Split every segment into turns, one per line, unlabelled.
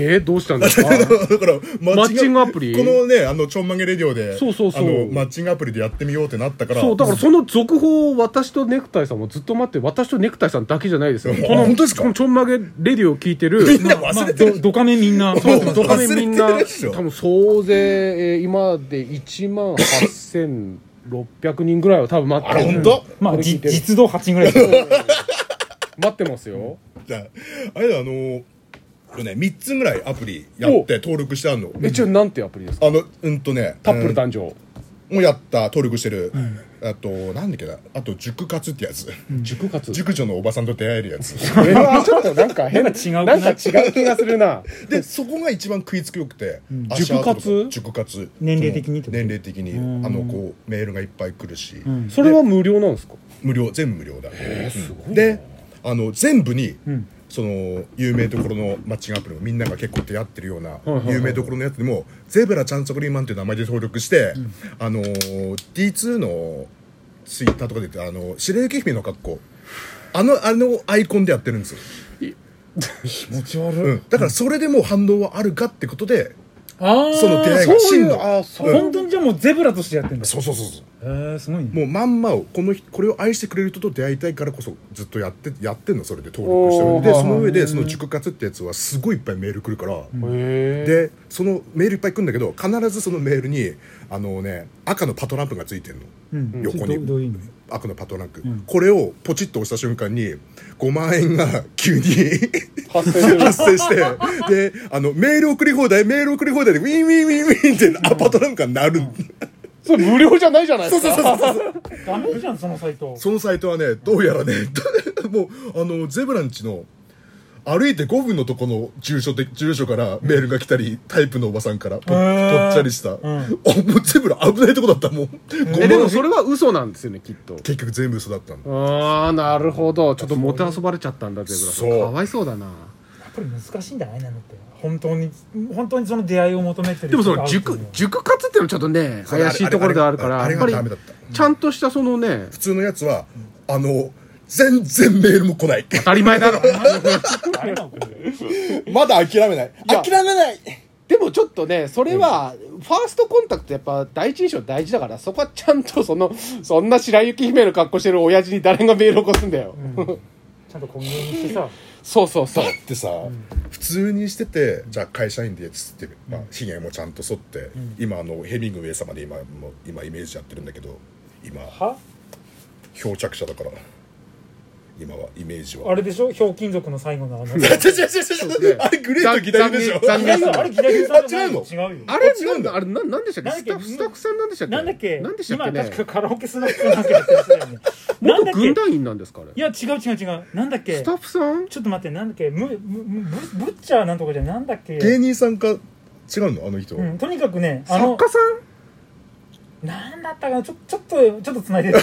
えー、どうしたんですか
だから
マッチングアプリ
このねあのちょんまげレディオで
そうそうそう
あのマッチングアプリでやってみようってなったから
そう、だからその続報を私とネクタイさんもずっと待って、私とネクタイさんだけじゃないですよ。
うん
この、
本当ですか
このちょんまげレディを聞いて
み
る
ん、な忘れて
ど
る、
どかめみんな。
そう
ドカメ
忘れて
み
る
んな、
でしょ
多分総勢、えー今で1万8600人ぐらいは多分待って
あら
る
本当
まあ、
これ聞
じ
いてる
実動8ぐらいです。
待ってますよ。
じゃああれだあのーこれね3つぐらいアプリやって登録してあるの
え、ちょ、なんてアプリですか
あのうんとね
タップル
うん
誕生。
もうやった登録してる、あとなんだっけなあと塾活ってやつ
塾 活。
塾女のおばさんと出会えるやつ
えーちょっとなんか変
なんか違うかな
なんか違う気がするな。
でそこが一番食いつきよくて、足
塾活
跡とか塾活
年齢的にってこと
年齢的に
うん
あのこうメールがいっぱい来るし、
ん
それは無料なんですか
無料全部無料だ、
す
うんであの全部に、
ん
その有名どころのマッチングアプリもみんなが結構出会ってるような、
いはいはい
有名どころのやつにもゼブラちゃんそこリーマンっていう名前で登録して、あのー D2 のツイッターとかで言ってあの白雪姫の格好あのあのアイコンでやってるんですよ、
気持ち悪い。
うん、だからそれでもう反応はあるかってことで
ああ、
その出会い
そう
が
い
真
う、
の
あ、そう。
本当にじゃあもうゼブラとしてやってんだ。
そうそうそうそう
へーすごいね。
もうまんまをこの人これを愛してくれる人と出会いたいからこそずっとやってやってんのそれで登録してる
おー
で
はい
その上でその塾活ってやつはすごいいっぱいメール来るから、
へー
でそのメールいっぱい来るんだけど必ずそのメールにあのね赤のパトランプがついてるの
うん
横に
それどどういう意味
赤のパトランプ、
ん
これをポチッと押した瞬間に5万円が 急に
発生す る。
発生してであのメール送り放題メール送り放題でウィンウィンウィンウィンってあパトランプが鳴る、
それ無料じゃないじゃないですか。
ダメじゃん、そのサイト。
そのサイトはね、どうやらね、 もう、あの、ゼブランチの、歩いて5分のとこの住所で、住所からメールが来たり、タイプのおばさんから、ぽぽっ
ー
ちゃりした。
ん
あ、もうゼブラ危ないとこだった、もう。
え
5
で
万
もそれは嘘なんですよねきっと
結局全部嘘だったの。
ああなるほどちょっともてあそばれちゃったんだゼブラさん
そう
かわいそうだな
やっぱり難しいんだねなのって本当に本当にその出会いを求めてる
でもその
人と会う
塾塾活っていうのはちょっとね
そう
怪しいところではあるから
あれ
や
あ
っ
れあ
ぱ
れ
り
がダメだった
ちゃんとしたそのね
普通のやつは、あの、全然メールも来ない。
当たり前だろ
っていうのはあれなんだよ
まだ諦めない。諦めない
でもちょっとねそれはファーストコンタクトやっぱ第一印象大事だからそこはちゃんとそのそんな白雪姫の格好してる親父に誰がメール起こすんだよ、
ちゃんとコンビニしてさ
そうそうそう
だってさ、普通にしててじゃあ会社員でつって、まあ、ひげもちゃんと剃って、今あのヘミングウェイ様で今もう今イメージやってるんだけど今
は
漂着者だから今はイメージは
あれでしょひょうきん族の最後のあ の
違う違う違う違うあれグレート議題でしょ
残
い
念残念
やいやあれギラギラさんじゃない
あ違う
違うよ
あれ
違うんだ
なんあれななんでしたっけ
な
ス
んだっけ
タッフスタッフさんなんでしたっけ
なんだっけ
なんでしたっけ
今
ね
確かカラオケスナックなんかやってる人だよねなんだ
元
っけ
軍団員なんですかあれ
いや違う違う違うなんだっけ
スタッフさん
ちょっと待ってなんだっけむむむブブッチャーなんとかじゃなんだっけ
芸人さんか違うのあの人、
うん、とにかくねあ
作
の
家さん
なんだったかなちょちょっとちょっとつな いでる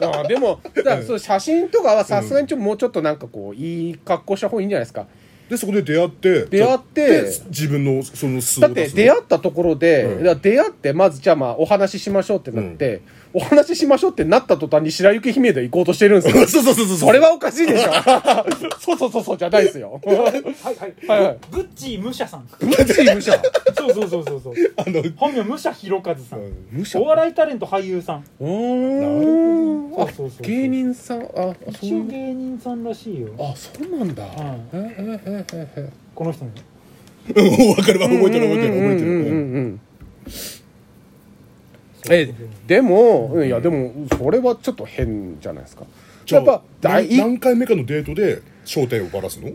ああでも だからその写真とかはさすがにちょもうちょっとなんかこういい格好した方がいいんじゃないですか
でそこで出会って
出会って
で自分のその素
だって出
っ
会ったところで、
うん
だから出会ってまずじゃあまあお話ししましょうってなって、お話ししましょうってなった途端に白雪姫で行こうとしてるんですよ
そうそうそうそ う
それはおかしいで しょそうそうそうそうじゃないです よ
はいはい
はいはい
ブッチー武者さん
無視無視
そうそうそうそうそう
あの
本名武者弘和さん
無視
お笑いタレント俳優さん
お
ほど
ーあ
そうそうそうそう
芸人さんああそう
一応芸人さんらしいよ
あそうなんだ、
ん
ええええええ
この人ね
分かる わ覚えてる覚えてる覚えてる、
うんうんうんうん
そう
えでも、うんいやでもそれはちょっと変じゃないですか
じゃ
や
あ
っぱ第
何
一い
何回目かのデートで正体をばらすの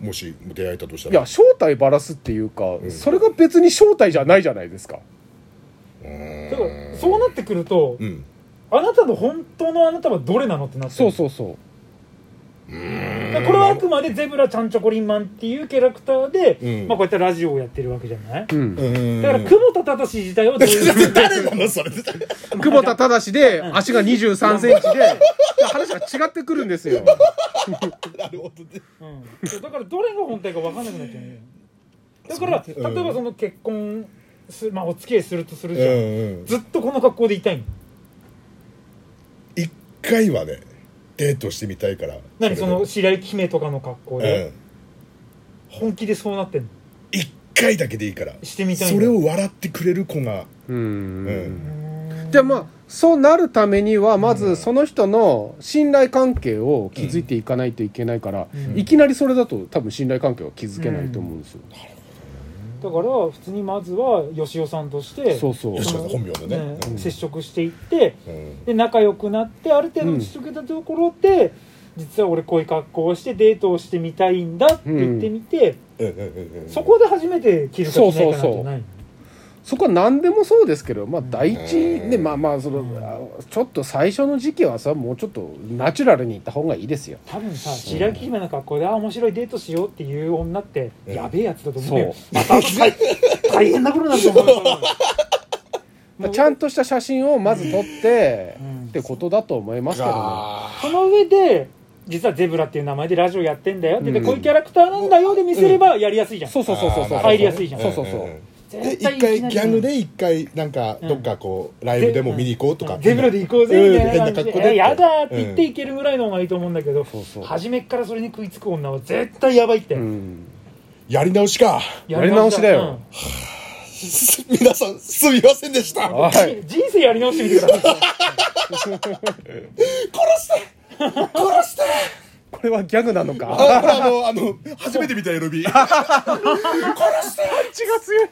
もし出会えたとしたら
や正体ばらすっていうか、
ん
それが別に正体じゃないじゃないですか
うーん
だからそうなってくると、
うん
あなたの本当のあなたはどれなのってなって
そう
う
そうそう
これはあくまでゼブラちゃんちょこりんまんっていうキャラクターで、
うん
まあ、こうやってラジオをやってるわけじゃない、
うん
うん
だから久保田忠自体はどういう
誰 なのそれ
久保田忠で足が2 3セン チで話が違ってくるんですよ
なるほどね
うんそうだからどれが本体か分かんなくなっちゃうのよだから
そううん
例えばその結婚す、まあ、お付き合いするとするじゃん、
うんうん
ずっとこの格好でいたいの
一回はねデートしてみたいから
何その
れ
白雪姫とかの格好
で
で、本気でそうなってんの
一回だけでいいから
してみたいん
そ
だ
れを笑ってくれる子が
うん
うん
でまあそうなるためにはまずその人の信頼関係を築いていかないといけないから、
うん
いきなりそれだと多分信頼関係は築けないと思うんですよ、
だから普通にまずは吉尾さんとして
そうそう
吉
そ
尾
の
さん本名のねうん
接触していって
うん
で仲良くなってある程度打ち解けたところで、実は俺こういう格好をしてデートをしてみたいんだって言ってみて、
うんうんうんうん
そこで初めて着るか着ないかなんてない
そこは何でもそうですけどまあ第一
うん
ねまあまあそのあちょっと最初の時期はさもうちょっとナチュラルにいった方がいいですよ
多分さ白雪姫の格好であ面白いデートしようっていう女って
うん
やべえやつだと思うよ
そ
また大大変なことになると思うよもう
ちゃんとした写真をまず撮って、
うん
ってことだと思いますけどね
あ
その上で実はゼブラっていう名前でラジオやってんだよって言って、
うん
こういうキャラクターなんだよで見せればやりやすいじゃん、
そうそうそうそうそう
あー
入りやすいじゃん
そうそうそう、
んんんで
絶
一
対
回
いきなり
ギャングで一回なんかどっかこうライブでも見に行こうとか
んゼブラで行こうぜみたい
うん
な
変な
感じ
格好
で「え
で
やだ」って言っていけるぐらいの方がいいと思うんだけど、
そうそう
初めっからそれに食いつく女は絶対やばいって、
うん
やり直しか
やり直しだよ
皆さんすみませんでした
は
うん
い
じ人生やり直してみてください
殺 した
これはギャグなのか
ああのあの初めて見たエロビ殺した
血が強い